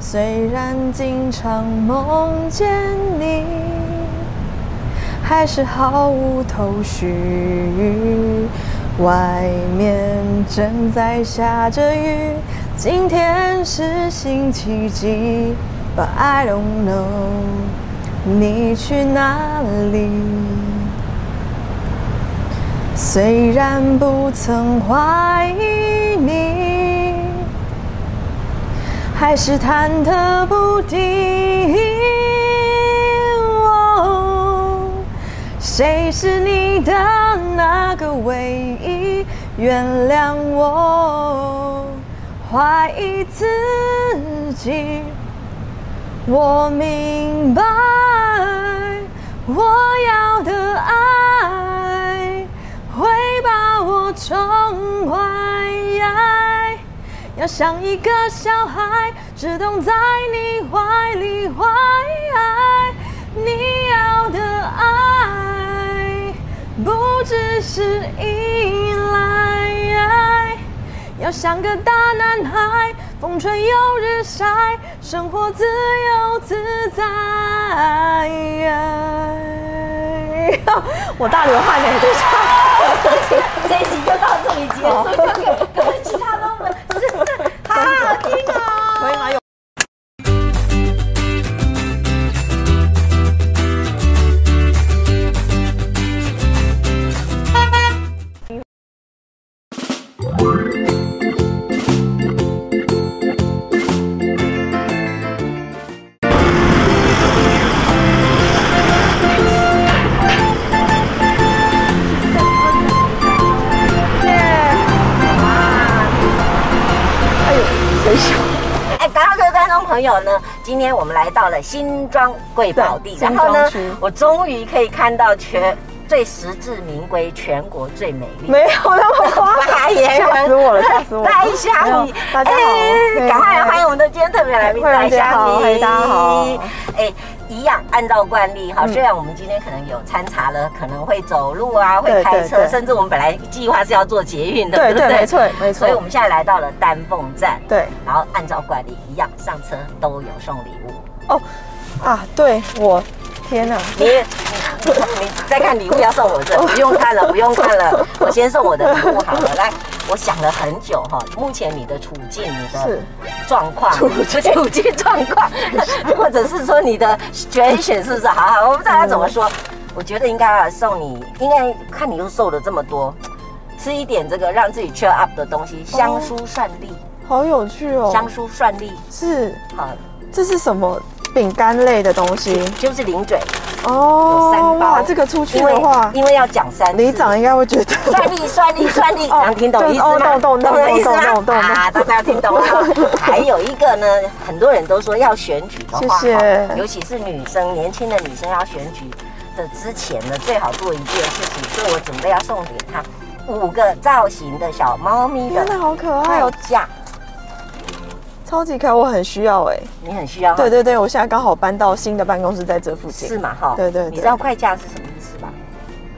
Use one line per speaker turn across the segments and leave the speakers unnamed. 虽然经常梦见你，还是毫无头绪。外面正在下着雨，今天是星期几？But I don't know，你去哪里？虽然不曾怀疑你，还是忐忑不定。哦谁是你的那个唯一？原谅我怀疑自己，我明白我要的爱会把我宠坏。要像一个小孩，只懂在你怀里怀爱。你要的爱，不只是依赖。要像个大男孩，风吹又日晒，生活自由自在。 我大流汗呢，对
这一集就到这里结束，
哦
就给各位其他帮我们，是不是好好听哦？
可以吗？有
哎，刚刚各位观众朋友呢，今天我们来到了新庄贵宝地，
对
然后
新庄
呢
区，
我终于可以看到全最实至名归、全国最美丽。
没有那么夸张
发言人，
吓死我了，吓 死我了！
赖香
没
米
有，大家好，哎对
哎赶快来欢迎我们的今天特别来宾
慧荣
赖
姐
香
好
米，
嘿大家好
哎。一样，按照惯例哈，
嗯
虽然我们今天可能有参茶了，可能会走路啊，会
对
开
对
车，
对
甚至我们本来计划是要做捷运的，
对
不
对，没错没错。
所以我们现在来到了丹凤站，
对
然后按照惯例一样上车都有送礼物。
哦啊，对我天哪，
你你你再看礼物要送我这，不用看了，不用看了，我先送我的礼物好了。来，我想了很久哈，目前你的处境、你的
是
状况、处处境状况，或者是说你的选选是不是？好好，我不知道要怎么说，我觉得应该要送你，应该看你又瘦了这么多。吃一点这个让自己 cheer up 的东西，香酥蒜粒，
好有趣哦！
香酥蒜粒，
是
好，
这是什么饼干类的东西
就是零嘴有三
哦？
包。
哇，这个出去的话，
因为因为要讲三次，
里长应该会觉得
算力算力算力，
哦
能听懂意思
就是
吗？
哦懂懂
懂意思
懂懂懂
吗？
懂
啊，大家听懂 了。还有一个呢，很多人都说要选举的话，
谢谢
哦尤其是女生，年轻的女生要选举的之前呢，最好做一件事情，所以我准备要送给她五个造型的小猫咪
天哪，
的
好可爱
票
哦，
价，
超级可爱，我很需要哎。
你很需要吗
对对对，我现在刚好搬到新的办公室，在这附近
是。嘛？哈，
对对对
你知道快价是什么意思吧？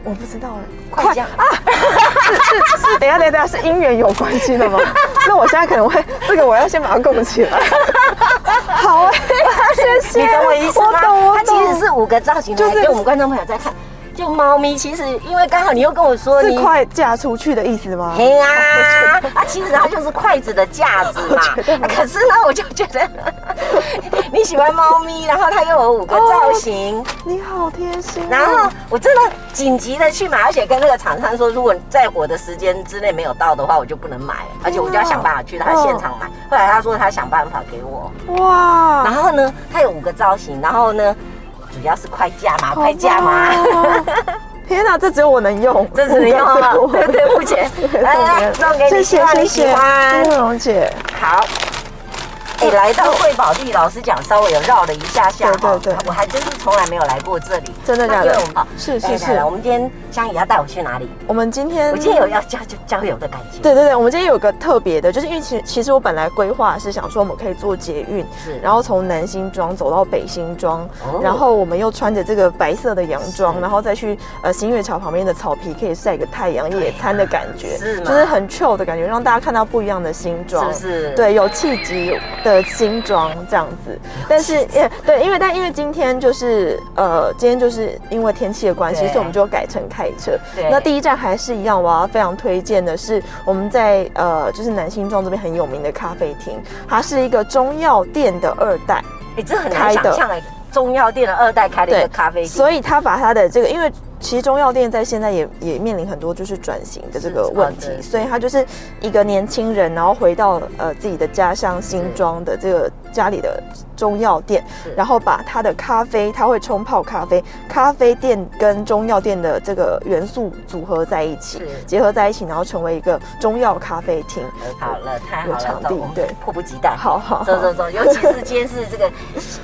我不知道哎，
快价啊，
是是，等一下等一下，是姻缘有关系 的吗？那我现在可能会这个，我要先把它供起来。好哎，谢谢。
欸你懂我意思
我
吗？
懂我
它
懂。
其实是五个造型，
就是
来给我们观众朋友在看。就猫咪，其实因为刚好你又跟我说你
是快嫁出去的意思吗？
嘿 呀、啊，其实它就是筷子的架子嘛。可是呢，我就觉得 你喜欢猫咪，然后它又有五个造型，
你好贴心哦。
然后我真的紧急的去买，而且跟那个厂商说，如果在我的时间之内没有到的话，我就不能买，而且我就要想办法去他
哦
现场买。后来他说他想办法给我，然
哇，
后呢，它有五个造型，然后呢，主要是快价嘛，快 价嘛。
好棒哦！天哪，这只有我能用，
这只能 用啊
这只有我
对对目前来来来送给你
谢
希
谢
望
谢
你喜
谢，嗯
欢
慕容姐，
好。
嗯
哎、来到贵宝地，老实讲，稍微有绕了一下下
对
哈
对对
我还真是从来没有来过这里，
真的
那
假
因为
的
我们好？
是
哎
是
来来
是
我，们今天香姨要带我去哪里？
我们今天
我今天有要交交交流的感觉。
对对对，我们今天有个特别的，就是因为其其实我本来规划是想说我们可以坐捷运，
是
然后从南新庄走到北新庄，
哦
然后我们又穿着这个白色的洋装，
是
然后再去呃新月桥旁边的草皮，可以晒个太阳野餐的感觉，
是吗
就是很 chill 的感觉，让大家看到不一样的新
是
庄，
不是？。
对，有气质的新装这样子。但 是也对，因为但因为今天就是呃，今天就是因为天气的关系，
对
所以我们就改成开车
对。
那第一站还是一样，我要非常推荐的是我们在呃，就是南新庄这边很有名的咖啡厅，它是一个中药店的二代。
哎，这很难
开的
想象哎，中药店的二代开了一个咖啡店，
所以他把他的这个，因为其实中药店在现在也也面临很多就是转型的这个
是
问
啊
题，
对
所以他就是一个年轻人，然后回到呃自己的家乡新庄的这个家里的中药店
是，
然后把他的咖啡，他会冲泡咖啡，咖啡店跟中药店的这个元素组合在一起
是，
结合在一起，然后成为一个中药咖啡厅。
好了，太好
有场
了，
地
我们
对
迫不及待。
好好
走走走，尤其是今天是这个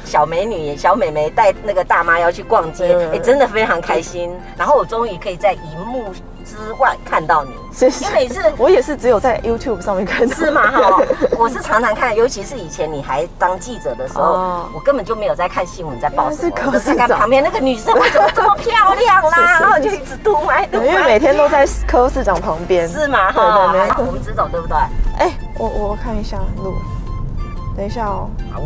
小美女、小美眉带那个大妈要去逛街，哎、
嗯
真的非常开心。然后我终于可以在荧幕之外看到你，
谢谢
因为每次。
我也是只有在 YouTube 上面看到，
是吗？哈，我是常常看，尤其是以前你还当记者的时候，
哦
我根本就没有在看新闻在报什么，
原来是
我就在
柯市
看
长
旁边那个女生为什么这么漂亮啦、
是是
然后我就一直嘟麦嘟
对
麦，
因为每天都在柯市长旁边。
是吗？
对
哈，
对对
还好我们直走对不对？
哎、我我看一下路，等一下哦。
好，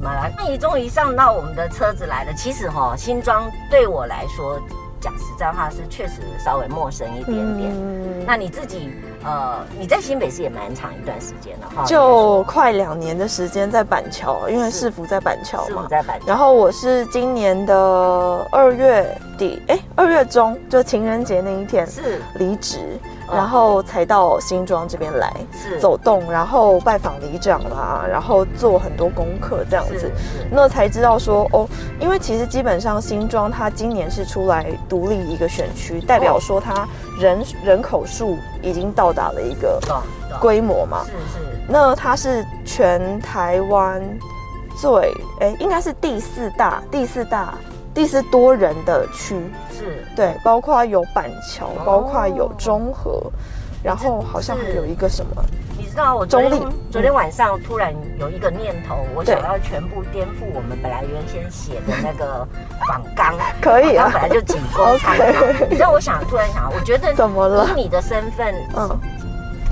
马来，那你终于上到我们的车子来了。其实哈、新庄对我来说，讲实在话是确实稍微陌生一点点。
嗯，
那你自己呃，你在新北市也蛮长一段时间了哈，
就快两年的时间在板桥，因为
嗯是
市府在板桥
是我
嘛。
在板桥，
然后我是今年的二月底，哎，二月中就情人节那一天
是
离职，
嗯
然后才到新庄这边来
是
走动，然后拜访里长啦，然后做很多功课这样
是
子
是。
那才知道说哦，因为其实基本上新庄它今年是出来独立一个选区，代表说它人人口数已经到达了一个
懂懂
规模嘛。
是是
那它是全台湾最哎，应该是第四大、第四大、第四多人的区，
是
对，包括有板桥，包括有
哦
中和，然后好像还有一个什么，
你知道我昨天
中立嗯
昨天晚上突然有一个念头，我
对
想要全部颠覆我们本来原先写的那个访纲，
可以
他
啊
本来就仅 供参考。你知道，我想突然想，我觉得
怎么了
以你的身份，
嗯，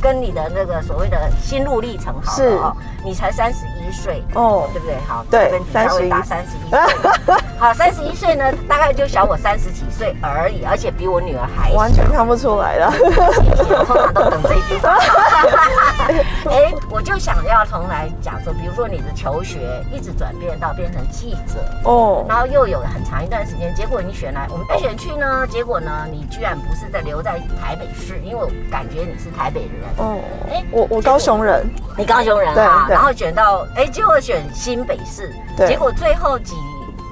跟你的那个所谓的心路历程好了哦，你才三十一岁。
哦，
对不对？好，
对
这边稍微打三十 一岁。好，三十一岁呢，大概就小我三十几岁而已，而且比我女儿还小
完全看不出来了，
我通常都等这一句话。 哎、我就想要从来讲说，比如说你的求学一直转变到变成记者，
哦，
然后又有很长一段时间，结果你选来我们被选去呢，结果呢，你居然不是在留在台北市，因为我感觉你是台北人，
哦
哎，
我我高雄人，
你高雄人啊，
对对
然后选到哎、结果选新北市，
对
结果最后哎几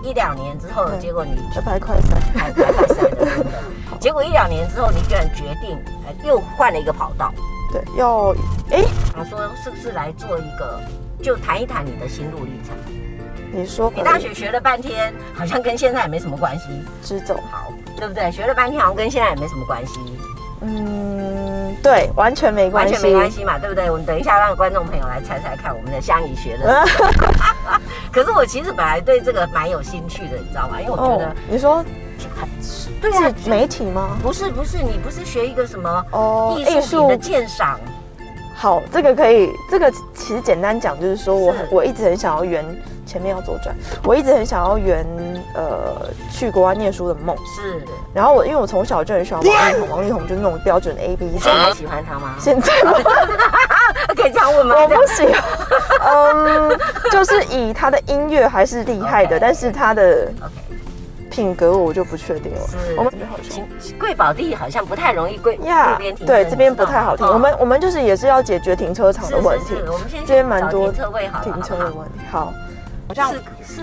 一两年之后，
对
结果你
二百块三，
还还还删了真的，结果一两年之后，你居然决定哎又换了一个跑道。
对，要哎，
想说是不是来做一个，就谈一谈你的心路历程。
你说
你大学学了半天，好像跟现在也没什么关系，
直走，
好，对不对？学了半天好像跟现在也没什么关系，
嗯，对，完全没
完
关系，
全没 关系嘛，对不对？我们等一下让观众朋友来猜猜看，我们的香姨学
嗯
了。
哦
什么。可是我其实本来对这个蛮有兴趣的，你知道吗？因为我觉
哦
得，
你说
对啊
是，媒体吗？
不是不是，你不是学一个什么
哦
艺
艺
术品
术
的鉴赏，
好，这个可以，这个其实简单讲就是说我
是
我一直很想要圆前面要左转，我一直很想要圆呃去国外念书的梦。
是？
然后我因为我从小就很喜欢王力宏，王力宏就那种标准 A B
你
C
现。在还喜欢他吗？
现在我
可以这样问吗？
我
这样
不行， 嗯，就是以他的音乐还是厉害
OK
的，但是他的
OK。
品格我就不确定了。
是
我们好像
请贵宝地好像不太容易贵
呀
这哦边停车
对，这边不太好停。
你知道
我
吗
们我们就是也是要解决停车场的问题
是是是我们先，去
这边蛮
找
多
停车位好了
停车
好
的
不
问题。好
是是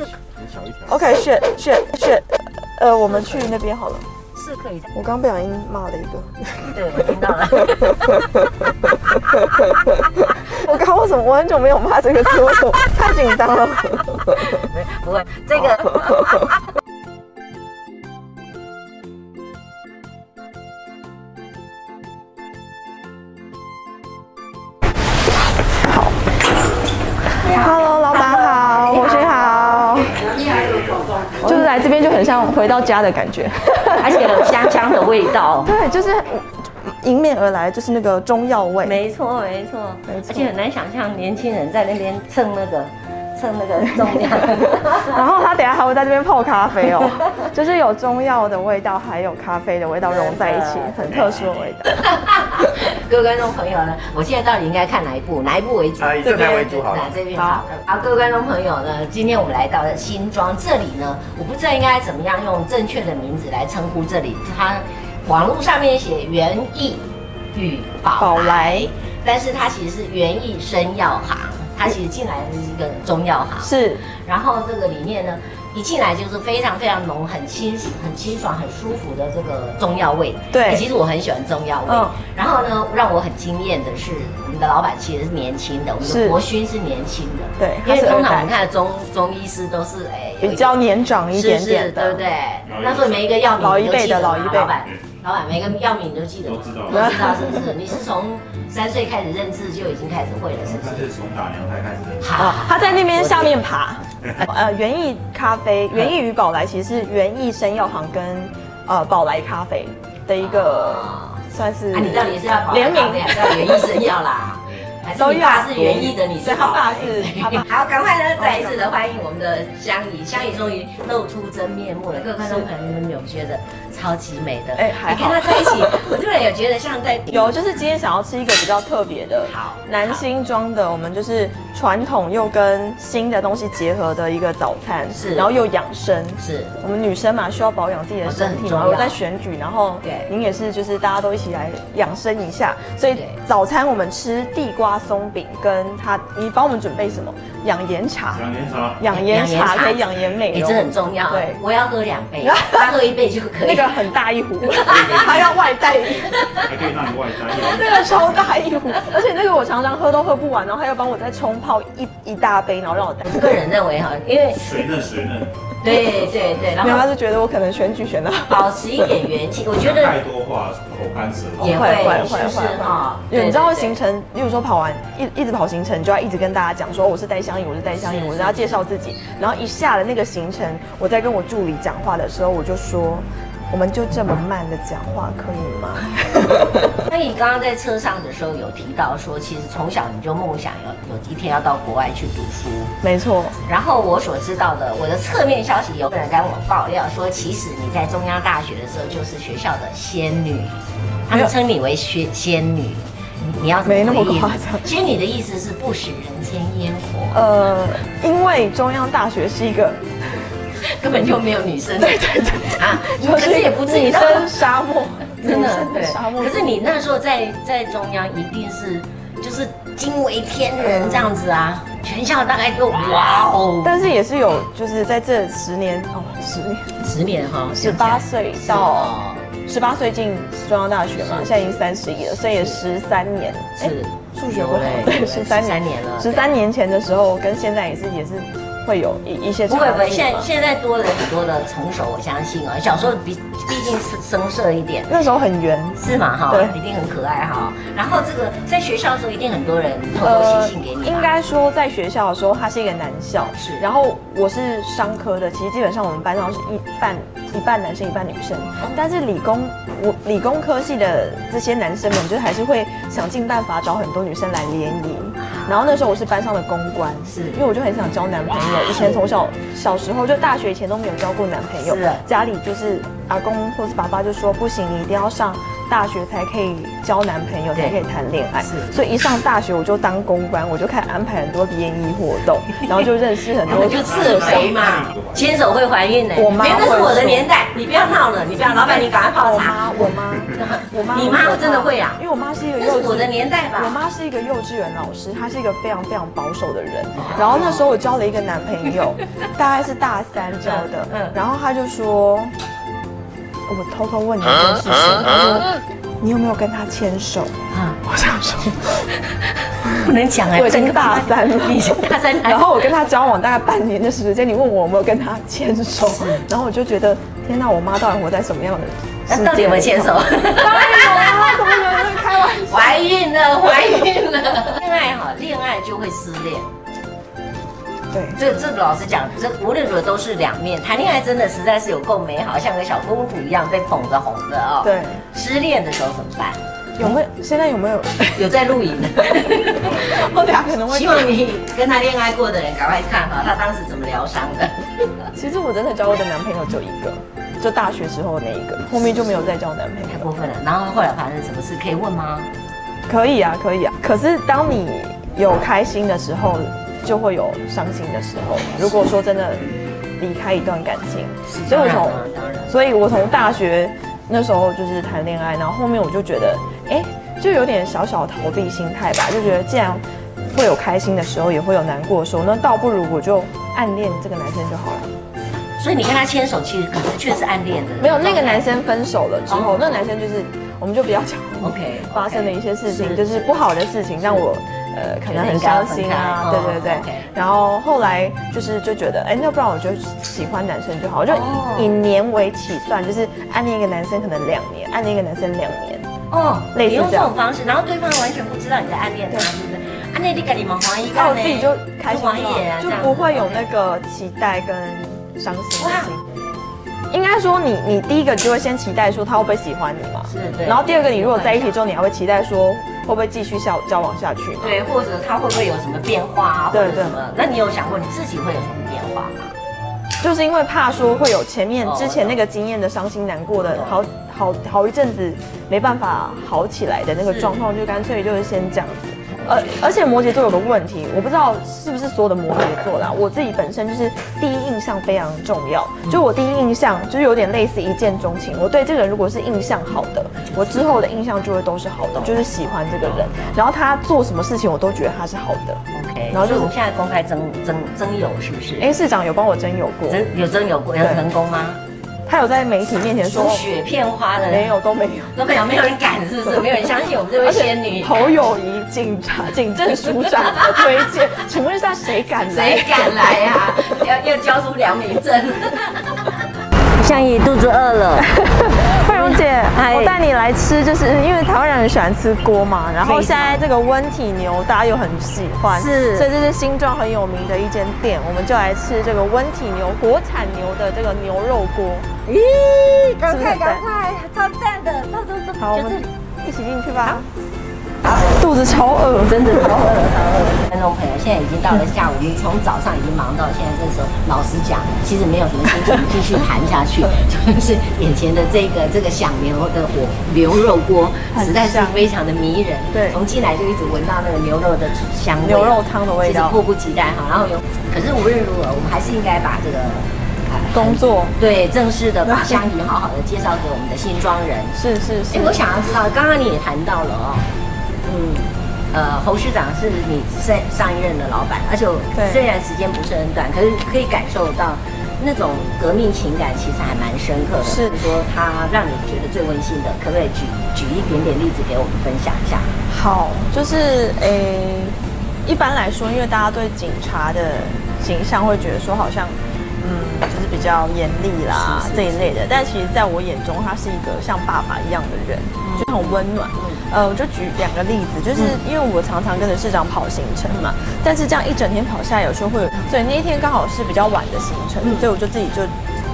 小一条。
，OK，选选选，呃，我们去那边好了。
是可以的，
我刚不小心骂了一个，
对我听到了，
我刚为什么我很久没有骂这个字，为什么太紧张 了？
不会 这个。
Hello，老板好，我是好。
就是来这边就很像回到家的感觉。
而且有香香的味道，
对，就是迎面而来就是那个中药味，
没错，没错，
没错
而且很难想象年轻人在那边蹭那个蹭那个 重量。
然后他等一下还会在这边泡咖啡哦， 就是有中药的味道，还有咖啡的味道融在一起
真的，
很特殊的味道。
各位观众朋友呢，我现在到底应该看哪一部？哪一部为主？
啊以这台为主好了
哪这边好。好，各位观众朋友呢，今天我们来到了新庄，这里呢，我不知道应该怎么样用正确的名字来称呼这里。它网络上面写园艺与宝
宝
来
来，
但是它其实是园艺生药行，它其实进来是一个中药行。
是，
然后这个里面呢，一进来就是非常非常浓、很清爽、很清爽、很舒服的这个中药味。
对
欸其实我很喜欢中药味。
嗯
然后呢，让我很惊艳的是，我们的老板其实是年轻的，我们的
是
国勋是年轻的。
对
因为
他是
通
二
常我
代
们看的中中医师都是哎、有一
比较年长一点
是是
点
对
的
不，对？那时候每一个药名
老
你
一
都记
辈的
得吗
老一辈
老板，老板每个药名你都记得吗，
都知道
都知道是不是？你是从三岁开始认字就已经开始会了，是不
他
是？
是从打娘胎开始的，
好
他啊在那边下面爬。呃，园艺咖啡、
嗯
园艺与宝来其实是园艺生药行跟呃宝来咖啡的一个
啊
算是
啊，你到底是要保
联名
还是要园艺生药啦？还是你爸是园艺的，你是好来
都要是他爸
好，赶快呢，再一次的欢迎我们的香姨，香姨终于露出真面目了。各位观众朋友，你们有没有觉得超级美的？
哎还
你跟
好
她在一起，我突然有觉得像在
有，就是今天想要吃一个比较特别的，
好
南新庄的，我们就是传统又跟新的东西结合的一个早餐，
是
然后又养生。
是
我们女生嘛，需要保养自己的
哦这
身
很
体
重
嘛，
要
有在选举，然后
对
您也是，就是大家都一起来养生一下。所以
对
早餐我们吃地瓜松饼，跟它，你帮我们准备什么？养颜茶，
两年茶，
养颜
养颜
茶
茶
可以养颜美
你
容，
这很重要。啊
对
我要喝两 杯，他喝一杯就可以。
那个很大 一壶，还要外带，
还可以让你外带一
那个超大一壶，而且那个我常常喝都喝不完，然后他要帮我再冲泡一一大杯，然后让我带。
我个人认为哈，因为
水嫩水嫩，
对对对，然
没有，他
后
就觉得我可能选举选的
保持一点元气，我觉
讲
得
太多话口干舌燥
也会
会会
是不是
会会
哈？对
你知道
对
会
对
行程，例如说跑完一一直跑行程，你就要一直跟大家讲说我是戴香颖，我是戴香
是
颖，我
是
是要介绍自己。然后一下了那个行程，我在跟我助理讲话的时候，我就说，我们就这么慢的讲话可以吗？
那你刚刚在车上的时候有提到说，其实从小你就梦想有有一天要到国外去读书。
没错，
然后我所知道的，我的侧面消息有人跟我爆料说，其实你在中央大学的时候就是学校的仙女，他
没
们
有
称你为仙仙女。你你要怎么
没那么
回应
夸张
仙女的意思是不食人间烟 火，
呃，因为中央大学是一个
呃根本就没有女生。对对对 啊，
就
可是也不至于
女
到
生沙漠，
真
女
的
生
对
沙。漠。
可是你那时候在在中央一定是就是惊为天人这样子啊，全校大概就哇哦，
但是也是有，就是在这十年哦，十年
十年哈，
十八岁
想起来
到
哦
十八岁进中央大学嘛，
是
现在已经三十一了，所以也十三年。哎
是
数学不
有
好
嘞，
对，十三
13
年，
年了，
十三年前的时候跟现在也是也是会有一一些
不
差
会不会，
距
现在
嘛。
现在多了很多的成熟，我相信哦。小时候比毕竟是生涩一点，
那时候很圆，
是嘛哈？
对
一定很可爱哈。然后这个在学校的时候，一定很多人偷
呃
偷写信给你吧，
应该说在学校的时候，他是一个男校，
是
然后我是商科的，其实基本上我们班上是一半一半男生一半女生，
哦
但是理工我理工科系的这些男生们，就是还是会想尽办法找很多女生来联谊。然后那时候我是班上的公关，
是
因为我就很想交男朋友，以前从小小时候就大学以前都没有交过男朋友
是，
家里就是阿公或是爸爸就说不行，你一定要上大学才可以交男朋友，
对
才可以谈恋爱。
是
所以一上大学我就当公关，我就开始安排很多联谊活动， 然后就认识很多
我就自肥嘛，牵手会怀孕呢、
我妈
没有那是我的
会说
年代，你不要闹了，你不要，老板你赶快泡
哦我
茶。
妈，我妈，我妈，
你妈真的会啊
因为我妈是一个
那是
幼
我的
稚。
年代
我
吧？
妈是一个幼稚园老师，她是一个非常非常保守的人。然后那时候我交了一个男朋 友，大概是大三交的
嗯嗯，
然后他就说，我偷偷问你一件事情，他说你有没有跟他牵手？嗯
嗯
我想说，
不能讲哎、
我已经大三了
你已经大三，
然后我跟他交往大概半年的时间，你问我有没有跟他牵手，然后我就觉得，天哪，我妈到底活在什么样的世界
那
里？
到底有没有牵手？
当然有啊，怎么有人开玩笑？
怀孕了，怀孕了。恋爱哈，恋爱就会失恋。
对，
这这老实讲，这无论如何都是两面。谈恋爱真的实在是有够美好，像个小公主一样被捧着哄着哦。
对。
失恋的时候怎么办？
有没有？现在有没 有？
有在录影。
我俩可能会
希。望你跟他恋爱过的人赶快看哈，他当时怎么疗伤的。
其实我真的交过的男朋友就一个，就大学时候那一个，后面就没有再交男朋
太
友。
过分了。然后后来发生什么事可以问吗？
可以啊，可以啊。可是当你有开心的时候，就会有伤心的时候。如果说真的离开一段感情，所以我
当
从
然了啊当然。
所以我从大学那时候就是谈恋爱，然后后面我就觉得，哎，就有点小小逃避心态吧，就觉得既然会有开心的时候，也会有难过的时候，那倒不如我就暗恋这个男生就好了。
所以你跟他牵手，其实可能确实暗恋的。
没有那个男生分手了之后
哦，
那个男生就是，我们就不要讲
OK，OK
发生的一些事情，
是
就是不好的事情，让我呃可能很伤心啊，
可能
对
应该要分开
对对
哦，OK。
然后后来就是就觉得，哎，那不然我就喜欢男生就好，就以
哦
以年为起算，就是暗恋一个男生可能两年，暗恋一个男生两年，
哦，
类
你
似
用
这
这
样
种方式，然后对方完全不知道你在暗恋他，
对
是不是？啊，那你跟你们黄一
那
干
哦我自己就开心
黄一眼啊，
就
这样
不会有那个期待跟伤心的
哇
心。应该说你，你第一个就会先期待说他会不会喜欢你嘛，
是对
然后第二个，你如果在一起之后，你还会期待说会不会继续下交往下去嘛？
对，或者他会不会有什么变化啊，或
对
者什么？那你有想过你自己会有什么变化吗？
就是因为怕说会有前面
哦
之前那个经验的伤心难过的
懂
好好好一阵子没办法好起来的那个
是
状况，就干脆就是先这样子。而而且摩羯座有个问题，我不知道是不是所有的摩羯座啦，我自己本身就是第一印象非常重要。就我第一印象就是有点类似一见钟情，我对这个人如果是印象好的，我之后的印象就会都是好的，就是喜欢这个人，然后他做什么事情我都觉得他是好的。
OK，
然后就
所以我们现在公开征征征友是不是？
哎，市长有帮我征友过，
真有真有过有
对
成功吗？
他有在媒体面前说哦
说雪片花的
没有都没有。
都没有，没有人敢，是不是？没有人相信我们这位
而
仙
且
女，
侯友谊警察警政署长的推荐，请问一下谁敢来？
谁敢来呀、啊？ 要要交出良民证。 香姨肚子饿了，
慧荣姐，
嗨
我带你来吃，就是因为台湾人喜欢吃锅嘛，然后
非常
现在这个温体牛大家又很喜欢，
是
所以这是新庄很有名的一间店，我们就来吃这个温体牛国产牛的这个牛肉锅。
咦， 赶
快赶
快，超赞的，走走走，
好，我们一起进去吧。肚子超饿，真的超饿。
观众朋友，现在已经到了下午，你从早上已经忙到现在这时候。老实讲，其实没有什么心情继续谈下去，就是眼前的这个这个响牛的火牛肉锅，实在是非常的迷人。
对
从进来就一直闻到那个牛肉的香味，
牛肉汤的味道
其实迫不及待哈。然后有，可是无论如何，我们还是应该把这个。呃
工作
对，正式的把香姨好好的介绍给我们的新庄人。
是是是
哎，，我想要知道，刚刚你也谈到了哦，嗯，呃，侯市长是你上上一任的老板，而且我
对
虽然时间不是很短，可是可以感受到那种革命情感，其实还蛮深刻的。
是
比如说他让你觉得最温馨的，可不可以举举一点点例子给我们分享一下？
好，就是诶、一般来说，因为大家对警察的形象会觉得说好像，嗯，就是比较严厉啦
是是
这一类的，但其实在我眼中，他是一个像爸爸一样的人，就很温暖。呃，我就举两个例子，就是因为我常常跟着市长跑行程嘛，但是这样一整天跑下来，有时候会有，所以那一天刚好是比较晚的行程，所以我就自己就。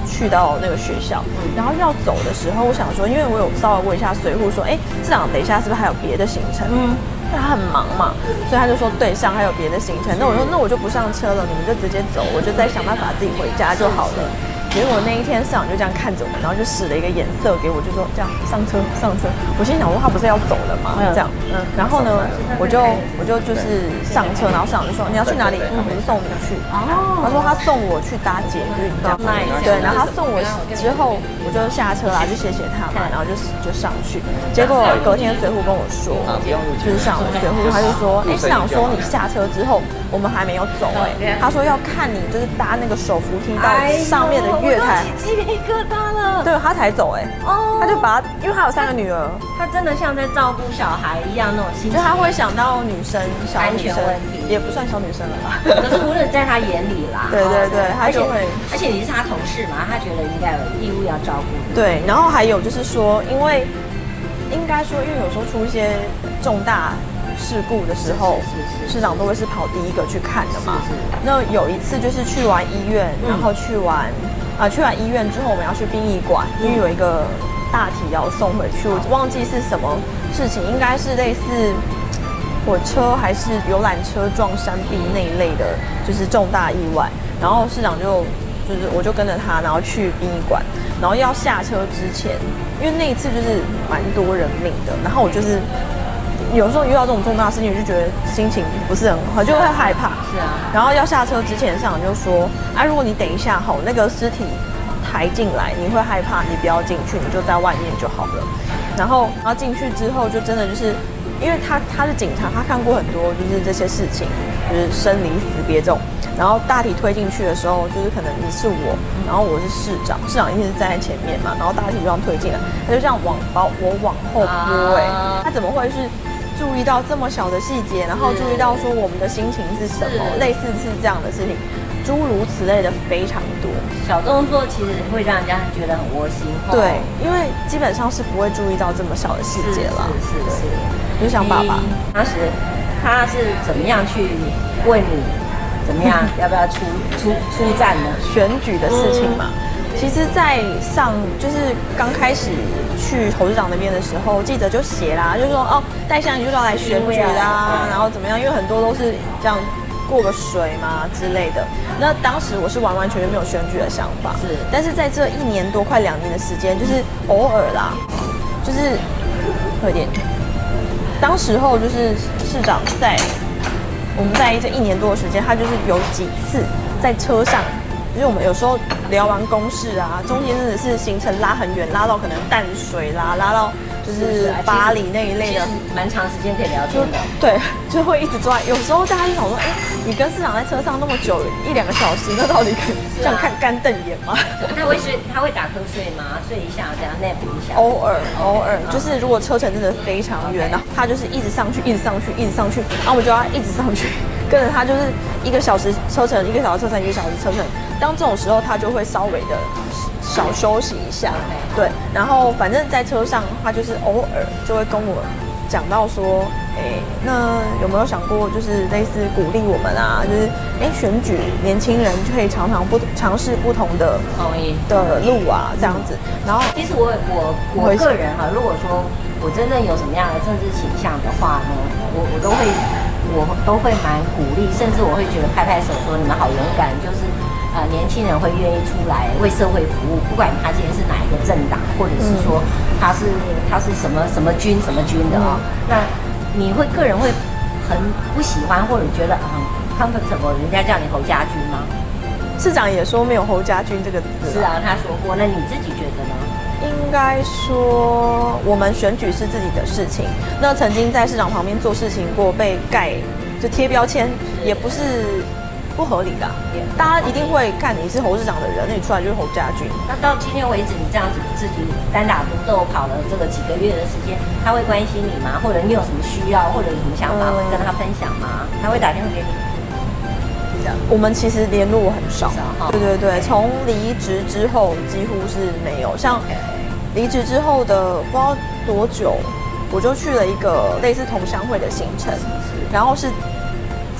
去到那个学校，然后要走的时候，我想说，因为我有稍微问一下随护说，哎，市长等一下是不是还有别的行程？嗯，他很忙嘛，所以他就说对上还有别的行程。那我说那我就不上车了，你们就直接走，我就再想办法自己回家就好了。结果那一天市长就这样看着我，然后就使了一个眼色给我，就说这样上车上车。我心想说他不是要走了吗？这样，嗯，然后呢，我就我就就是上车，然后市长就说你要去哪里？嗯，我就送你去。
哦
他说他送我去搭捷运，这样子
Nice
对，然后他送我之后，我就下车啦，就谢谢他嘛，然后就就上去。结果隔天随护跟我说，就是上午随护他就说，哎，市长说你下车之后，我们还没有走哎、他说要看你就是搭那个手扶梯到
哎
上面的月台，
鸡皮疙瘩了。
对他才走哎、
哦
他就把他，因为他有三个女儿，
他真的像在照顾小孩一样那种心
就
情。
他会想到女生小
安
女
全
生
问题，
也不算小女生了吧。
可是无论在他眼里啦，
对对对
哦
他就会
而且而且你是他同事嘛，他觉得应该有义务要照顾你。
对，然后还有就是说，因为应该说，因为有时候出一些重大事故的时候，
是是是是
市长都会是跑第一个去看的嘛。
是是
那有一次就是去完医院，
嗯
然后去完啊、去完医院之后，我们要去殡仪馆，因为有一个大体要送回去，我忘记是什么事情，应该是类似火车还是游览车撞山壁那一类的，就是重大意外。然后市长就就是我就跟着他，然后去殡仪馆，然后要下车之前，因为那一次就是蛮多人命的，然后我就是。有时候遇到这种重大事情，就觉得心情不是很好，就会害怕。
是啊，
然后要下车之前，上长就说：“啊，如果你等一下吼，那个尸体抬进来，你会害怕，你不要进去，你就在外面就好了。”然后，然后进去之后，就真的就是，因为他他是警察，他看过很多就是这些事情，就是生离死别这种。然后大体推进去的时候，就是可能你是我，然后我是市长，市长一定是站在前面嘛，然后大体就这样推进来，他就这样往把我往后拨、欸，
啊
他怎么会是注意到这么小的细节，然后注意到说我们的心情是什么，
是
类似是这样的事情，诸如此类的非常多。
小动作其实会让人家觉得很窝心。哦
对，因为基本上是不会注意到这么小的细
是是
节啦。
是是。
就像爸爸，
嗯
当时他是怎么样去问你，怎么样要不要出出出战呢？
选举的事情嘛。其实，在上就是刚开始去侯市长那边的时候，记者就写啦，就说哦，戴相你就是要来选举啦，然后怎么样？因为很多都是这样过个水嘛之类的。那当时我是完完全全没有选举的想法，
是
但是在这一年多快两年的时间，就是偶尔啦，就是喝一点。当时候就是市长在我们在这一年多的时间，他就是有几次在车上，就是我们有时候聊完公事啊，中间真的是行程拉很远，拉到可能淡水啦，拉到就是是
啊其实
巴黎那一类
其
的
实，蛮长时间可以聊
就
天的。
对，就会一直坐在。有时候大家就想说，哎、你跟市长在车上那么久，一两个小时，那到底可以这样看干瞪眼吗？
他会睡，他会打瞌睡吗？睡一下，这样 nap 一下。哦
偶尔偶尔，就是如果车程真的非常远，然后他就是一直上去，一直上去，一直上去，然后我就要一直上去， 跟着他就是一个小时车程，一个小时车程，一个小时车程。当这种时候，他就会稍微的少休息一下，对。然后反正在车上，他就是偶尔就会跟我讲到说，哎，那有没有想过就是类似鼓励我们啊？就是哎，选举年轻人可以常常不尝试不同的
同意。
的路啊，这样子。然后
其实我我我个人哈、如果说我真正有什么样的政治倾向的话呢，我我都会我都会蛮鼓励，甚至我会觉得拍拍手说你们好勇敢，就是呃年轻人会愿意出来为社会服务，不管他今天是哪一个政党，或者是说他是他是什么什么军什么军的啊、那你会个人会很不喜欢或者觉得啊、comfortable，人家叫你侯家军吗？
市长也说没有侯家军这个字，
是，啊，他说过，那你自己觉得呢？
应该说我们选举是自己的事情。那曾经在市长旁边做事情过，被盖就贴标签，也不是不合理的啊、大家一定会看你是侯市长的人，那你出来就是侯家军。
那到今天为止，你这样子自己单打独斗跑了这个几个月的时间，他会关心你吗？或者你有什么需要，或者有什么想法
嗯
会跟他分享吗？他会打电话给你？
我们其实联络很少
少啊哈，
对对对，从离职之后几乎是没有。像离职之后的不知道多久，我就去了一个类似同乡会的行程，然后是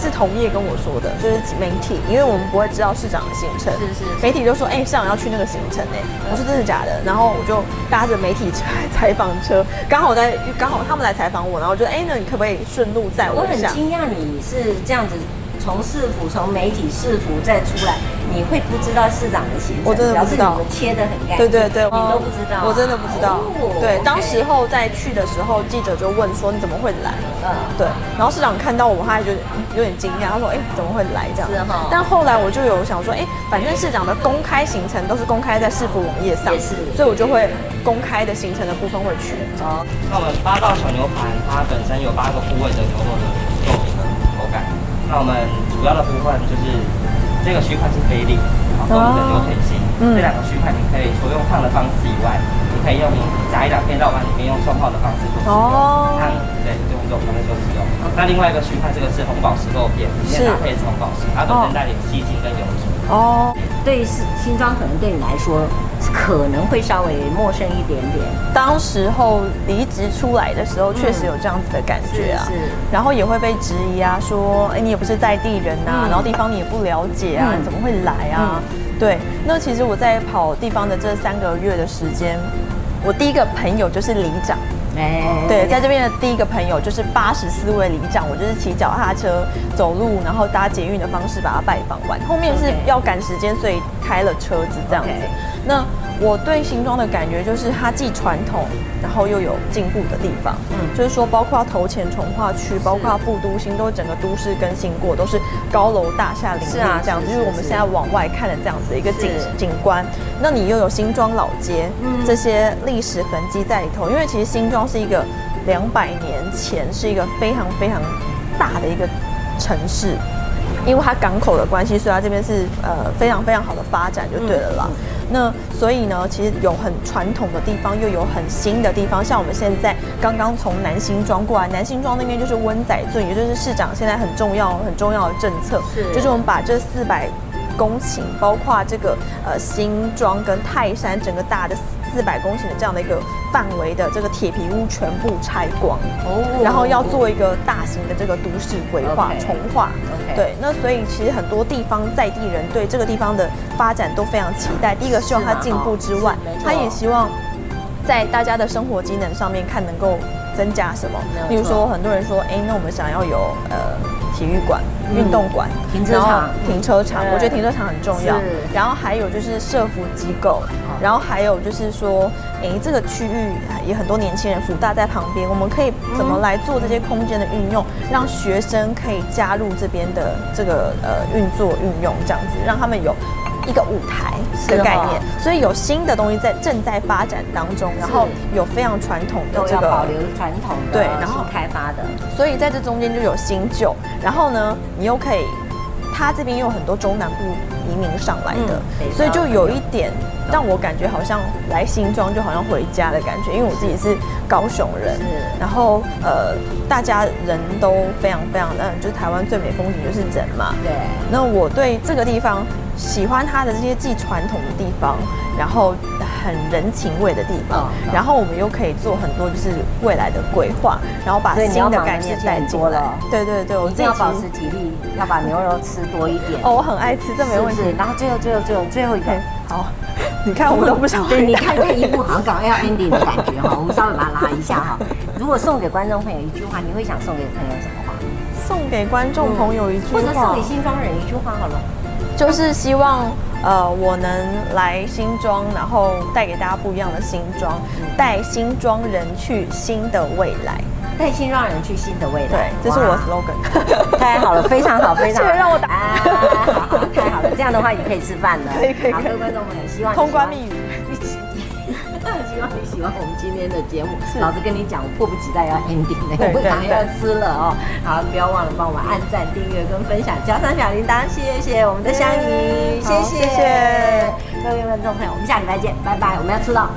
是同业跟我说的，就是媒体，因为我们不会知道市长的行程，
是是
媒体就说，哎、市长要去那个行程、哎，我说真的假的？然后我就搭着媒体车采访车，刚好我在刚好他们来采访我，然后我就，哎、那你可不可以顺路载
哦我
我
很
一下？
惊讶，你是这样子从市府、从媒体市府再出来，你会不知道市长的行程？
我真的
表
不
示
知道
你们切的很干净。
对对对，
你都不知道啊、
我真的不知道。
哦
对
OK，
当时候在去的时候，记者就问说你怎么会来？
嗯
对，然后市长看到我，他还觉得嗯有点惊讶，他说：“哎、怎么会来这样？”
是哈
但后来我就有想说，哎、反正市长的公开行程都是公开在市府网页上
也是，
所以我就会公开的行程的部分会去。
哦
那我们八道小牛排，它本身有八个部位的牛肉的肉饼的口感。那我们主要的部分就是这个区块是菲力，然后我们的牛腿心。
嗯
这两个区块你可以除用烫的方式以外，你可以用你炸一两片肉往里面用冲泡的方式做使用。
哦
汤对，用肉汤来做使用。嗯那另外一个区块，这个是红宝石肉片，里面
是
搭配是红宝石，它本身带点鸡精跟油脂。
哦，
对于市新庄可能对你来说可能会稍微陌生一点点。
当时候离职出来的时候，确实有这样子的感觉啊。
嗯是是
然后也会被质疑啊，说，哎，你也不是在地人呐、
嗯
然后地方你也不了解啊，
嗯
你怎么会来啊？对，那其实我在跑地方的这三个月的时间，我第一个朋友就是里长，
哎，
对，在这边的第一个朋友就是八十四位里长，我就是骑脚踏车、走路，然后搭捷运的方式把他拜访完。后面是
OK
要赶时间，所以开了车子这样子
OK。
那我对新庄的感觉就是，它既传统，然后又有进步的地方。嗯，就是说，包括头前从化区，包括副都新，都整个都市更新过，都是高楼大厦林立
是啊
这样子。
是
就是我们
是
现在往外看的这样子的一个景
是
景观。那你又有新庄老街、这些历史痕迹在里头，因为其实新庄是一个两百年前是一个非常非常大的一个城市，因为它港口的关系，所以它这边是呃非常非常好的发展就对了啦。那所以呢，其实有很传统的地方，又有很新的地方。像我们现在刚刚从南新庄过来，南新庄那边就是温仔圳，也就是市长现在很重要很重要的政策，
是
就是我们把这四百公顷，包括这个呃新庄跟泰山整个大的四百公顷的这样的一个范围的这个铁皮屋全部拆光。
哦
然后要做一个大型的这个都市规划
OK
重划。
OK
对，那所以其实很多地方在地人对这个地方的发展都非常期待。第一个希望它进步之外
啊哦是没，错
他也希望在大家的生活机能上面看能够增加什么
没有。错
例如说，很多人说，哎，那我们想要有呃体育馆、运动馆、
嗯停车场
然后停车场，
对
我觉得停车场很重要
是。
然后还有就是社服机构，然后还有就是说，哎，这个区域啊也很多年轻人，福大在旁边，我们可以怎么来做这些空间的运用，让学生可以加入这边的这个呃运作运用，这样子让他们有一个舞台的概念。所以有新的东西在正在发展当中，然后有非常传统的
都
这
要
个
保留传统的，
对然后
新开发的，
所以在这中间就有新旧，然后呢，你又可以，它这边又有很多中南部移民上来的，
嗯
所以就有一点让我感觉好像来新庄就好像回家的感觉，因为我自己是高雄人
是，
然后呃，大家人都非常非常，嗯，就是台湾最美风景就是人嘛，
对，
那我对这个地方喜欢它的这些既传统的地方，然后很人情味的地方，
嗯
然后我们又可以做很多就是未来的规划，然后把
所以你
新
要
的
忙的
概念
事情
带
很
进
多
来
了。
对对对，我
一
自己
定要
其
保
实
持体力，要把牛肉吃多一点。
哦，我很爱吃，这没
是不
问题
是？。然后最后最后最后最后一个，
对好， 你看我都不想
对，
回
你
答。
看这一步好像搞要 ending 的感觉哈，我们稍微把它拉一下哈。如果送给观众朋友一句话，你会想送给朋友什么话？
送给观众朋友一句
或者送
话
给，新庄人一句话好了。
就是希望呃我能来新庄，然后带给大家不一样的新庄，
嗯
带新庄人去新的未来。
带新庄人去新的未
对
来。，
这是我的
哇
slogan。
太好了，非常 好，非常好。
这个让我打
啊好好，太好了，这样的话你可以吃饭了。
可以可以
好，
可以
各位观众朋友，希望 你
通
喜
关
欢
密语。
希望你喜欢我们今天的节目。老子跟你讲，我迫不及 待要 ending 了，
对
我不想
对
要吃了哦。好，不要忘了帮我们按赞、订阅跟分享，加上小铃铛，谢谢我们的香姨，
嗯好谢谢
各位观众朋友，我们下礼拜见，拜拜。我们要吃了，